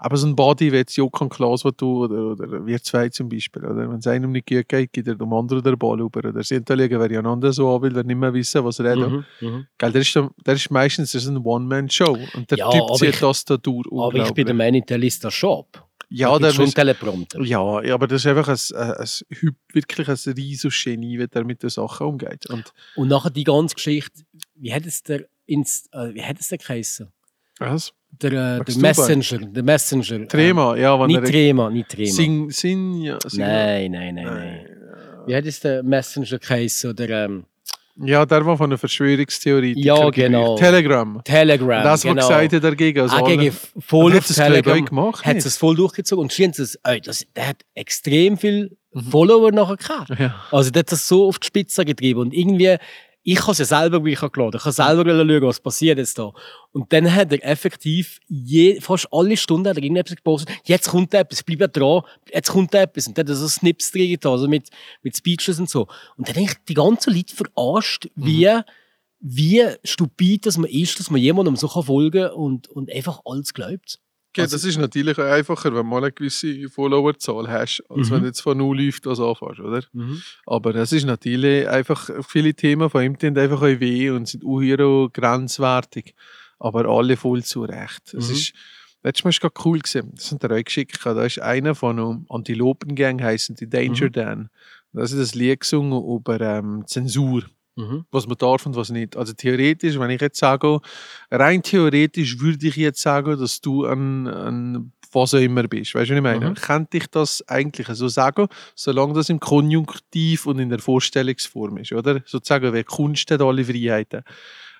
Speaker 3: aber so ein Body wie jetzt Jokan Klaas, was du, oder, oder wir zwei zum Beispiel, oder? Wenn es einem nicht gut geht, gibt er dem anderen den Ball über. Oder sie hinterlegen, wer ja anderen so haben will, der nicht mehr wissen, was er hat.
Speaker 4: Mhm, mhm.
Speaker 3: Gell, der, ist, dann- der ist meistens das ist eine One-Man-Show. Und der
Speaker 4: Ja,
Speaker 3: Typ
Speaker 4: aber
Speaker 3: zieht
Speaker 4: ich-
Speaker 3: das da durch.
Speaker 4: Aber ich bin der
Speaker 3: unglaublich.
Speaker 4: Meinung, der liest das schon ab.
Speaker 3: ja,
Speaker 4: der
Speaker 3: der
Speaker 4: schon
Speaker 3: muss-
Speaker 4: Teleprompter.
Speaker 3: ja, ja, aber das ist einfach ein, ein, ein, Hyp- wirklich ein riesiges Genie, wie er mit den Sachen umgeht. Und
Speaker 4: Und nachher die ganze Geschichte, wie hat es der, ins, äh, wie hat es der geheißen?
Speaker 3: was?
Speaker 4: Der, äh,
Speaker 3: Max
Speaker 4: der
Speaker 3: Dubai.
Speaker 4: Messenger, der Messenger.
Speaker 3: Trema, ja,
Speaker 4: Äh,
Speaker 3: wenn
Speaker 4: nicht
Speaker 3: er
Speaker 4: Trema, nicht Trema.
Speaker 3: sing, sing, ja, sing,
Speaker 4: nein, nein, nein, nein. Wie hat es der Messenger geheißen? Oder, ähm,
Speaker 3: Ja, der war von einer Verschwörungstheorie.
Speaker 4: Ja,
Speaker 3: Telegram.
Speaker 4: genau.
Speaker 3: Telegram.
Speaker 4: Telegram.
Speaker 3: das, was
Speaker 4: genau.
Speaker 3: gesagt hat, dagegen. Also
Speaker 4: Auch
Speaker 3: alle-
Speaker 4: gegen voll
Speaker 3: Hat
Speaker 4: auf
Speaker 3: das Playboy
Speaker 4: Telegram
Speaker 3: gemacht,
Speaker 4: hat
Speaker 3: nicht?
Speaker 4: es voll durchgezogen und schien es, ey, das, der hat extrem viel
Speaker 3: Mhm.
Speaker 4: Follower nachher gehabt.
Speaker 3: Ja.
Speaker 4: Also der hat das so auf die Spitze getrieben und irgendwie, ich habe es ja selber wie ich hab geladen, ich habe selber schauen, was passiert jetzt da. Und dann hat er effektiv je, fast alle Stunden hat er irgendetwas gepostet, jetzt kommt etwas, bleib ja dran, jetzt kommt etwas. Und dann hat er so Snips drin getan, also mit, mit Speeches und so. Und dann habe ich die ganzen Leute verarscht,
Speaker 3: Mhm.
Speaker 4: wie wie stupid dass man ist, dass man jemandem so kann folgen kann und, und einfach alles glaubt.
Speaker 3: Okay,
Speaker 4: Also-
Speaker 3: das ist natürlich auch einfacher, wenn du mal eine gewisse Followerzahl hast, als
Speaker 4: Mhm.
Speaker 3: wenn du jetzt von null läuft, das anfängst, oder? Aber das ist natürlich einfach, viele Themen von ihm tun einfach auch weh und sind auch hier auch grenzwertig. Aber alle voll zurecht. Es
Speaker 4: Mhm.
Speaker 3: ist, letztes Mal ist gerade cool gewesen. Das sind drei geschickt. Da ist einer von einem Antilopengang heißen die Danger
Speaker 4: Mhm.
Speaker 3: Dan. Da ist das Lied gesungen über ähm, Zensur
Speaker 4: Mhm.
Speaker 3: was man darf und was nicht. Also theoretisch, wenn ich jetzt sage, rein theoretisch würde ich jetzt sagen, dass du ein, ein was auch immer bist. Weißt du, was ich meine?
Speaker 4: Mhm.
Speaker 3: Könnte ich das eigentlich so sagen, solange das im Konjunktiv und in der Vorstellungsform ist, oder? Sozusagen, wer Kunst hat alle Freiheiten.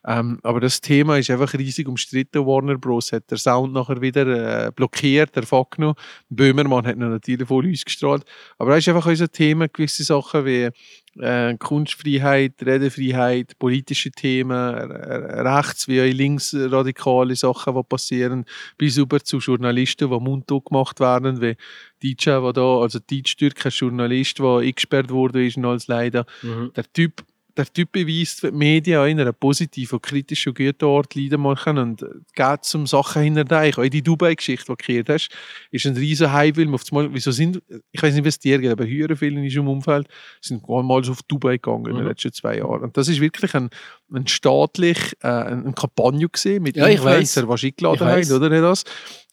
Speaker 3: Ähm, aber das Thema ist einfach riesig umstritten. Warner Bros. hat der Sound nachher wieder äh, blockiert, der Fuck noch. Böhmermann hat noch natürlich voll ausgestrahlt. Aber das ist einfach unser Thema, gewisse Sachen wie äh, Kunstfreiheit, Redefreiheit, politische Themen, äh, rechts wie auch linksradikale Sachen, die passieren, bis über zu Journalisten, die mundtot gemacht werden, wie DJ, der da, also Deutsch-Türk, ein Journalist, der eingesperrt wurde, ist und alles leider.
Speaker 4: Mhm.
Speaker 3: Der Typ, der Typ beweist, wie die Medien auch in einer positiven und kritischen und guten Art leiden machen und geht zum Sachen hinterher. Auch die Dubai-Geschichte, die du gehört hast, ist ein riesen Heimwilm. Auf einmal, wieso sind, ich weiß nicht, wie es dir geht, aber höher viele in unserem Umfeld sind mal auf Dubai gegangen in den
Speaker 4: Mhm.
Speaker 3: letzten zwei Jahren. Und das ist wirklich ein, ein staatlich, äh, ein ein Kampagne gesehen mit
Speaker 4: Ja, ich
Speaker 3: Influencer, was eingeladen
Speaker 4: Ich weiss.
Speaker 3: haben, oder nicht das?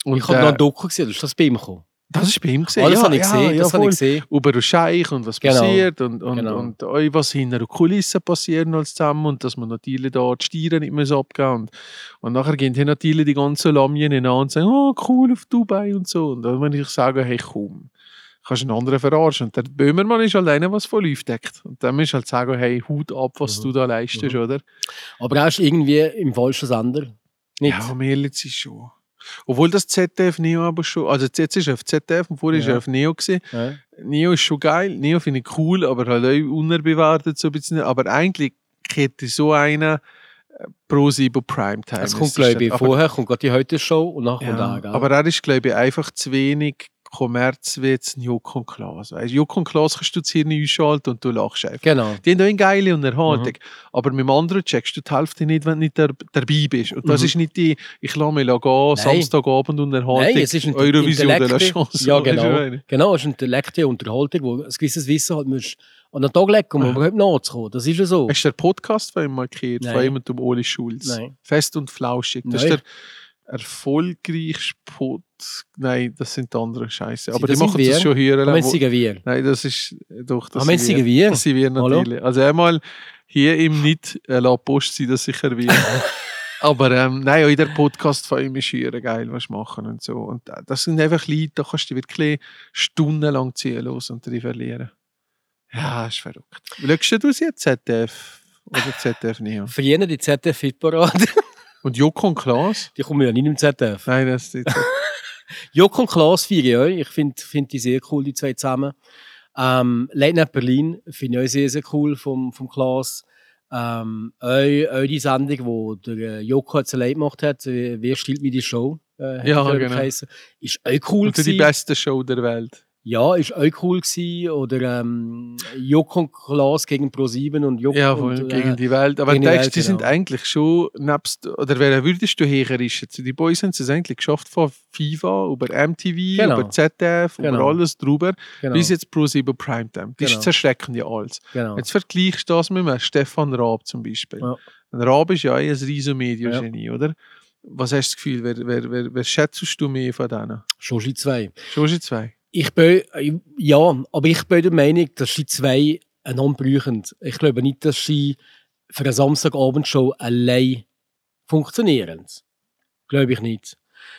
Speaker 3: Und,
Speaker 4: Ich habe
Speaker 3: äh,
Speaker 4: noch ein Doku gesehen, das ist das bei ihm gekommen.
Speaker 3: das ist bei ihm gesehen.
Speaker 4: Alles
Speaker 3: ja,
Speaker 4: habe ich
Speaker 3: ja,
Speaker 4: gesehen,
Speaker 3: ja,
Speaker 4: das habe
Speaker 3: voll
Speaker 4: ich gesehen.
Speaker 3: über den Scheich und was
Speaker 4: Genau.
Speaker 3: passiert und, und,
Speaker 4: Genau.
Speaker 3: und auch was hinter den Kulissen passiert alles zusammen und dass man natürlich da die Steuern nicht mehr abgeben und, und nachher gehen hier natürlich die ganzen Lamien an und sagen, oh cool, auf Dubai und so. Und dann würde ich sagen, hey komm, kannst einen anderen verarschen. Und der Böhmermann ist halt einer, was voll aufdeckt. Und dann musst du halt sagen, hey, Hut ab, was
Speaker 4: Mhm.
Speaker 3: du da leistest,
Speaker 4: Mhm.
Speaker 3: oder?
Speaker 4: Aber er ist irgendwie im falschen Sender. Nicht?
Speaker 3: Ja, Melitz ist schon. Obwohl das ZDF Neo aber schon, also jetzt ist er auf ZDF und vorher ist
Speaker 4: Ja.
Speaker 3: er auf Neo gewesen.
Speaker 4: Ja.
Speaker 3: Neo ist schon geil, Neo finde ich cool, aber halt auch unerbewertet so ein bisschen. Aber eigentlich hätte so einer äh, pro Sibo Primetime.
Speaker 4: Es
Speaker 3: ist
Speaker 4: kommt, glaube ich,
Speaker 3: halt- aber,
Speaker 4: vorher kommt gerade die heute Show und nachher kommt
Speaker 3: ja,
Speaker 4: er. gell?
Speaker 3: aber er ist, glaube ich, einfach zu wenig Kommerz wie jetzt ein Joko und Klaas. Weißt, du, Joko und Klaas kannst du das Hirn einschalten und du lachst einfach.
Speaker 4: genau.
Speaker 3: Die haben auch eine geile Unterhaltung.
Speaker 4: Mhm.
Speaker 3: Aber mit dem anderen checkst du die Hälfte nicht, wenn du nicht der, dabei bist. Und das
Speaker 4: Mhm.
Speaker 3: ist nicht die, ich lasse mich gehen, Samstagabend Unterhaltung,
Speaker 4: Nein, es ist ein
Speaker 3: Eurovision de la
Speaker 4: Intellekte-
Speaker 3: Chance.
Speaker 4: Ja,
Speaker 3: Weißt du, was ich
Speaker 4: genau.
Speaker 3: meine?
Speaker 4: Genau, es ist eine intellekte Unterhaltung, wo ein gewisses Wissen halt musst an den Tag legen, um
Speaker 3: Ja.
Speaker 4: überhaupt nachzukommen. Das ist ja so.
Speaker 3: Hast du den Podcast von ihm markiert? Von
Speaker 4: Nein.
Speaker 3: ihm und dem Oli Schulz?
Speaker 4: Nein.
Speaker 3: Fest und flauschig. Das
Speaker 4: Nein.
Speaker 3: ist der erfolgreichste Pod. Nein, das sind die anderen Scheiße. Aber
Speaker 4: das
Speaker 3: die machen
Speaker 4: sind
Speaker 3: das
Speaker 4: wir?
Speaker 3: schon höher.
Speaker 4: Am Ende sind wir.
Speaker 3: Nein, das ist doch das.
Speaker 4: Am Ende
Speaker 3: sind
Speaker 4: sind wir.
Speaker 3: Das sind Ah, wir
Speaker 4: Hallo?
Speaker 3: natürlich. Also einmal hier im nicht äh, la Post sein, das sicher wir. Aber ähm, nein, auch in der Podcast von ihm ist hier geil, was machen und so. Und äh, das sind einfach Leute, da kannst du wirklich stundenlang ziellos und drin verlieren. Ja, ist verrückt. Schaust du es jetzt ZDF oder ZDF Neo?
Speaker 4: Für jene die ZDF-Fit-Parade,
Speaker 3: Und Joko und Klaas?
Speaker 4: die kommen ja nicht im ZDF.
Speaker 3: Nein, das ist jetzt.
Speaker 4: Joko und Klaas feiere ich euch. Ich finde find die sehr cool, die zwei zusammen. Ähm, Late Night Berlin finde ich auch sehr, sehr cool vom, vom Klaas. Ähm, auch, auch die Sendung, wo der äh, Joko jetzt allein gemacht hat, äh, «Wer stellt mir die Show?» äh,
Speaker 3: Ja,
Speaker 4: hat die, glaub ich,
Speaker 3: genau.
Speaker 4: geheissen. Ist auch cool
Speaker 3: Und die
Speaker 4: gewesen.
Speaker 3: beste Show der Welt.
Speaker 4: Ja, ist auch cool gewesen. Oder ähm, Joko und Klaas gegen Pro7 und Joko
Speaker 3: Ja,
Speaker 4: und,
Speaker 3: voll,
Speaker 4: äh,
Speaker 3: gegen die Welt. Aber
Speaker 4: gegen die
Speaker 3: denkst,
Speaker 4: Welt,
Speaker 3: die sind
Speaker 4: genau.
Speaker 3: eigentlich schon nebst, oder wer würdest du herrischen? Die Boys haben es eigentlich geschafft von FIFA über MTV,
Speaker 4: Genau.
Speaker 3: über ZDF, über
Speaker 4: Genau.
Speaker 3: alles drüber,
Speaker 4: genau,
Speaker 3: bis jetzt Pro7 Primetime. Die
Speaker 4: Genau.
Speaker 3: zerschrecken ja alles.
Speaker 4: genau.
Speaker 3: Jetzt vergleichst du das mit einem Stefan Raab zum Beispiel.
Speaker 4: Ja.
Speaker 3: Ein Raab ist ja auch ein riesen Mediengenie, oder? Was hast du das Gefühl, wer, wer, wer, wer schätzt du mehr von denen?
Speaker 4: Schon 2.
Speaker 3: Schon die zwei.
Speaker 4: Ich bin, äh, ja, aber ich bin der Meinung, dass sie zwei einander brauchen. Ich glaube nicht, dass sie für eine Samstagabendshow allein funktionieren. Glaube ich nicht.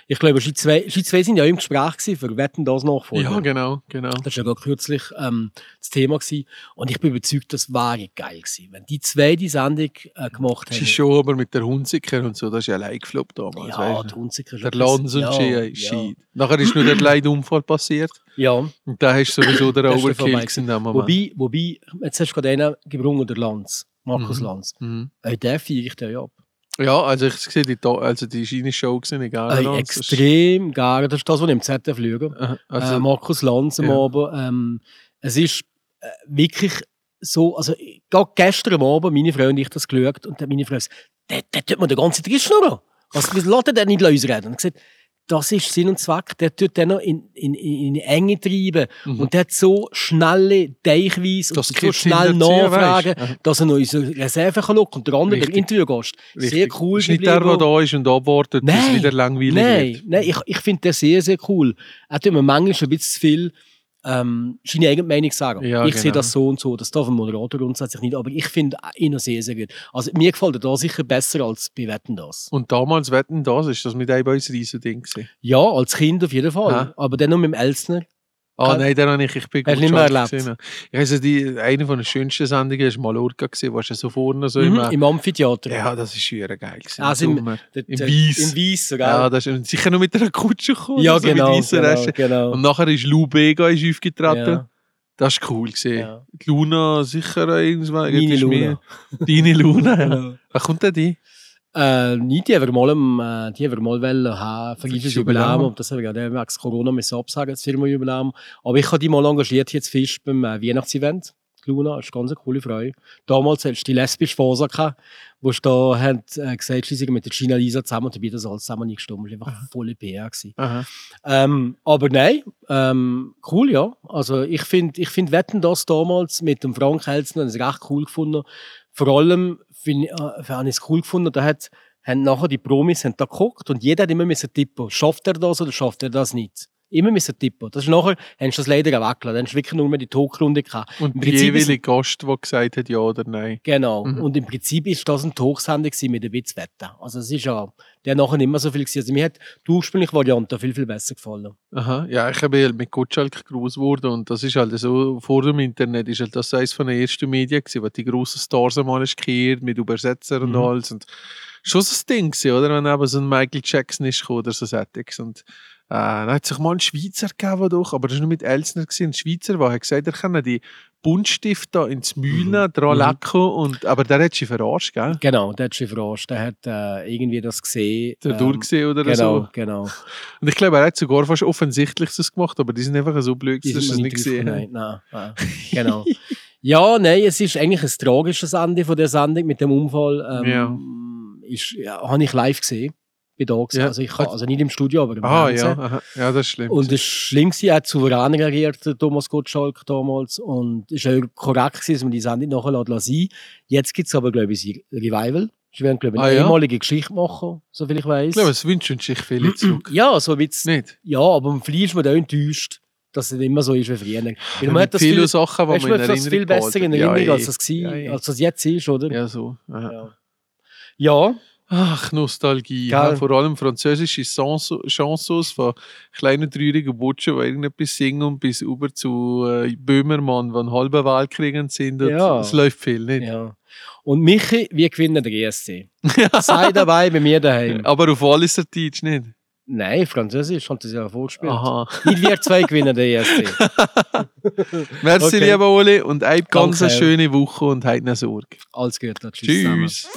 Speaker 4: Ich glaube, Schweiz 2, Schweiz 2 sind ja auch im Gespräch gewesen für Wetten das nachfolgen.
Speaker 3: Ja, genau, genau.
Speaker 4: Das war ja gerade kürzlich ähm, das Thema. Gewesen. Und ich bin überzeugt, das wäre geil gewesen. Wenn die zwei die Sendung äh, gemacht
Speaker 3: Das
Speaker 4: hätten.
Speaker 3: ist schon aber mit der Hunziker und so, das ist ja allein gefloppt damals.
Speaker 4: ja,
Speaker 3: weißt
Speaker 4: die
Speaker 3: du?
Speaker 4: Unsicher
Speaker 3: Der Lanz und Gia ist Scheid. Nachher ist nur der kleine Unfall passiert.
Speaker 4: Ja, ja.
Speaker 3: Und da hast du sowieso der
Speaker 4: Das ist der
Speaker 3: Overkill
Speaker 4: vorbei
Speaker 3: gewesen in dem Moment.
Speaker 4: Wobei, wobei, jetzt hast du gerade einen gebrungen, der Lanz. Markus Lanz.
Speaker 3: Mhm.
Speaker 4: Auch Äh, den feiere ich den ja ab.
Speaker 3: Ja, also ich sehe die, Ta- also die Schiene Show gesehen, egal. was.
Speaker 4: Ey,
Speaker 3: genau, Das ist-
Speaker 4: Äh, extrem gerne. Das ist das, was ich im ZDF schaue.
Speaker 3: Aha,
Speaker 4: äh,
Speaker 3: Also,
Speaker 4: Markus Lanz am
Speaker 3: ja.
Speaker 4: Abend. Ähm, es ist äh, wirklich so, also ich- gerade gestern am Abend, meine Freundin und ich das geschaut und dann meine Freundin gesagt, der, der tut mir die ganze Zeit reinschnurren. Was was lässt er denn nicht uns reden? Und ich gesagt, das ist Sinn und Zweck, der tut den noch in, in, in in Enge treiben
Speaker 3: Mhm.
Speaker 4: und der hat so schnelle Deichweise und
Speaker 3: Das
Speaker 4: so
Speaker 3: gibt's
Speaker 4: schnell
Speaker 3: in der Zier,
Speaker 4: nachfragen,
Speaker 3: weisst du? Aha.
Speaker 4: dass er noch unsere Reserve kann locken und der andere,
Speaker 3: Richtig.
Speaker 4: der Interviewgast, sehr
Speaker 3: richtig.
Speaker 4: cool
Speaker 3: Ist nicht der,
Speaker 4: geblieben.
Speaker 3: der da ist und abwartet, bis es
Speaker 4: Nein,
Speaker 3: wieder langweilig
Speaker 4: Nein,
Speaker 3: wird.
Speaker 4: nein ich, ich finde den sehr, sehr cool. Er tut mir manchmal ein bisschen zu viel ähm, seine eigene Meinung sagen.
Speaker 3: Ja,
Speaker 4: ich sehe
Speaker 3: genau.
Speaker 4: das so und so. Das darf ein Moderator grundsätzlich nicht, aber ich finde ihn noch sehr, sehr gut. Also mir gefällt er da sicher besser als bei Wetten das.
Speaker 3: Und damals wetten das, ist das mit einem bei uns riesen Ding gewesen.
Speaker 4: Ja, als Kind auf jeden Fall.
Speaker 3: Ja.
Speaker 4: Aber dann noch mit dem Elsner.
Speaker 3: Ah,
Speaker 4: Kein-
Speaker 3: nein, den habe ich, ich bin
Speaker 4: Hast
Speaker 3: gut
Speaker 4: nicht mehr
Speaker 3: schockiert
Speaker 4: erlebt.
Speaker 3: gewesen. Ich weiss, also die, eine von den schönsten Sendungen war Mallorca, gewesen, wo du so vorne so
Speaker 4: Mhm,
Speaker 3: immer,
Speaker 4: Im Amphitheater.
Speaker 3: Ja, das ist schwer geil gewesen. äh,
Speaker 4: Also im-
Speaker 3: Sommer.
Speaker 4: Der-
Speaker 3: im
Speaker 4: der-
Speaker 3: Weiss.
Speaker 4: Im Weiss
Speaker 3: ja,
Speaker 4: sogar.
Speaker 3: das ist, und sicher nur mit einer Kutsche gekommen.
Speaker 4: Ja,
Speaker 3: so mit
Speaker 4: genau.
Speaker 3: weissen
Speaker 4: genau,
Speaker 3: Resten.
Speaker 4: genau.
Speaker 3: Und nachher ist Lou Bega ist aufgetreten.
Speaker 4: Ja,
Speaker 3: Das war cool. Gewesen.
Speaker 4: ja.
Speaker 3: Die Luna sicher irgendwann.
Speaker 4: Meine
Speaker 3: ist
Speaker 4: Luna.
Speaker 3: mir- Deine Luna. ja.
Speaker 4: Genau.
Speaker 3: Wann kommt denn die?
Speaker 4: Äh, nicht, die haben wir mal, am, äh, die haben wir mal wollen, haben, vergleiches
Speaker 3: Das Jubiläum.
Speaker 4: Jubiläum, und das haben wir gerade wegen Corona müssen absagen, das Firmenjubiläum. Aber ich habe die mal engagiert jetzt fest beim äh, Weihnachtsevent. Die Luna ist eine ganz coole Frau. Damals hast du die lesbische Phase gehabt, wo sie da haben, äh, gesagt, sie sind mit der China Lisa zusammen und dabei das alles zusammen nicht gestimmt. Das war einfach volle PR. Gewesen.
Speaker 3: Aha.
Speaker 4: Ähm, aber nein, ähm, cool, ja. Also ich finde, ich find Wetten das damals mit dem Frank Helsen habe ich es recht cool gefunden. Vor allem find- äh, habe ich es cool gefunden, da hat, haben nachher die Promis haben da geguckt und jeder hat immer müssen tippen, schafft er das oder schafft er das nicht. Immer müssen tippen. Das ist nachher, haben sie das leider weggelassen. Dann hast du wirklich nur mehr die Talkrunde gehabt.
Speaker 3: Und
Speaker 4: Im
Speaker 3: der
Speaker 4: Prinzip
Speaker 3: jeweilige Gast, der gesagt hat, ja oder nein.
Speaker 4: Genau.
Speaker 3: Mhm.
Speaker 4: Und im Prinzip ist das ein Talksender gewesen mit ein bisschen Wetten. Also es ist ja, der nachher nicht mehr so viel gewesen. Also mir hat die ursprüngliche Variante viel, viel besser gefallen.
Speaker 3: Aha. Ja, ich bin halt mit Gottschalk groß geworden und das ist halt so, vor dem Internet ist halt das eines von den ersten Medien gewesen, wo die grossen Stars einmal ist gekehrt, mit Übersetzern und
Speaker 4: Mhm.
Speaker 3: alles und schon so ein Ding gewesen, oder? Wenn eben so ein Michael Jackson ist gekommen oder so Settings und äh, dann hat sich mal ein Schweizer gegeben, doch, aber das war nur mit Elsner, gewesen, ein Schweizer, der hat gesagt, er kann die Buntstift da ins Mühlen dran
Speaker 4: Mhm.
Speaker 3: lecken und, aber der hat sich verarscht, gell?
Speaker 4: Genau, der Chivrosch, der hat äh, irgendwie das gesehen.
Speaker 3: Der durchgesehen oder
Speaker 4: Ähm, Genau,
Speaker 3: so.
Speaker 4: genau.
Speaker 3: Und ich glaube, er hat sogar fast offensichtlich das gemacht, aber die sind einfach so blöd, dass
Speaker 4: Die
Speaker 3: sie
Speaker 4: sind
Speaker 3: es
Speaker 4: wir
Speaker 3: nicht
Speaker 4: drauf
Speaker 3: gesehen haben.
Speaker 4: gekommen, Nein, nein, nein. genau. Ja, nein, es ist eigentlich ein tragisches Ende von der Sendung mit dem Unfall. Ähm, Ist, ja, habe ich live gesehen. Bin da gewesen.
Speaker 3: Ja.
Speaker 4: Also, ich, kann- also nicht im Studio, aber im
Speaker 3: Aha, ja,
Speaker 4: Fernsehen.
Speaker 3: aha, ja, das ist schlimm.
Speaker 4: Und es war schlimm, gewesen, er hat souverän reagiert, der Thomas Gottschalk damals. Und es war auch korrekt, gewesen, dass man die Sendung nachher lassen lässt. Jetzt gibt es aber, glaube ich, ein Revival. Sie werden, glaube ich, eine
Speaker 3: Ah, ja?
Speaker 4: einmalige Geschichte machen, soviel ich weiß.
Speaker 3: ich glaube, es wünschen sich viele zurück.
Speaker 4: Ja, so wie es.
Speaker 3: Nicht?
Speaker 4: Ja, aber am Fleisch ist man da enttäuscht, dass es nicht immer so ist wie früher. Weil man hat das
Speaker 3: viele
Speaker 4: viel,
Speaker 3: Sachen, die
Speaker 4: weißt,
Speaker 3: man in
Speaker 4: man hat das
Speaker 3: Erinnerung
Speaker 4: viel besser in
Speaker 3: behalten.
Speaker 4: Erinnerung,
Speaker 3: ja,
Speaker 4: als, das
Speaker 3: ja,
Speaker 4: war,
Speaker 3: ja.
Speaker 4: als das jetzt ist, oder?
Speaker 3: Ja, so. aha.
Speaker 4: Ja. Ja,
Speaker 3: Ach, Nostalgie.
Speaker 4: Gell?
Speaker 3: Ja, vor allem französische Chanso- Chansons von kleinen, traurigen Butschen, die irgendetwas singen und bis über zu äh, Böhmermann, die einen halben Weltkrieg sind. Und
Speaker 4: Ja.
Speaker 3: Es läuft viel, nicht?
Speaker 4: ja. Und Michi, wir gewinnen den ESC. Sei dabei bei mir daheim.
Speaker 3: Aber auf alles er Deutsch nicht.
Speaker 4: Nein, Französisch, haben das ja vorgespielt.
Speaker 3: Aha.
Speaker 4: Nicht wir zwei gewinnen den ESC.
Speaker 3: Merci,
Speaker 4: Okay.
Speaker 3: lieber Oli, und eine ganz
Speaker 4: Danke.
Speaker 3: schöne Woche und heute noch Sorge.
Speaker 4: Alles Gute, tschüss. zusammen.
Speaker 3: Tschüss.